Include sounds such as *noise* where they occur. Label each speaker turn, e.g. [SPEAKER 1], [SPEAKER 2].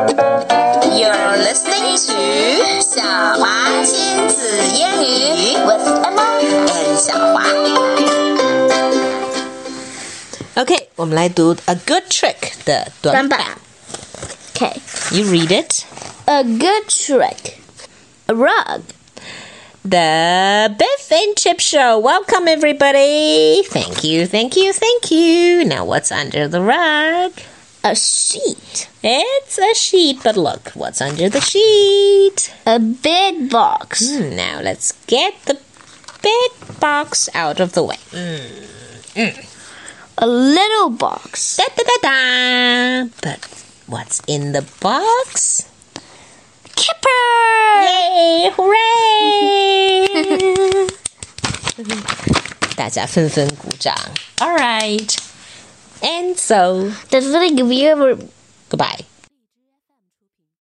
[SPEAKER 1] You're listening to 小华亲子英语 with Emma and 小华。
[SPEAKER 2] Okay, *laughs* 我们来读 A Good Trick 的短板。
[SPEAKER 3] Okay.
[SPEAKER 2] You read it.
[SPEAKER 3] A good trick. A rug.
[SPEAKER 2] The Biff and Chip Show. Welcome, everybody. Thank you, thank you, thank you. Now, what's under the rug?
[SPEAKER 3] A sheet.
[SPEAKER 2] It's a sheet, but look, what's under the sheet?
[SPEAKER 3] A big box.
[SPEAKER 2] Hmm, Now, let's get the big box out of the way.
[SPEAKER 3] A little box.
[SPEAKER 2] Da da da da. But what's in the box?
[SPEAKER 3] Kipper.
[SPEAKER 2] Yay! Hooray! *laughs* 大家纷纷鼓掌。All right. And so,
[SPEAKER 3] That's really good. We ever
[SPEAKER 2] goodbye.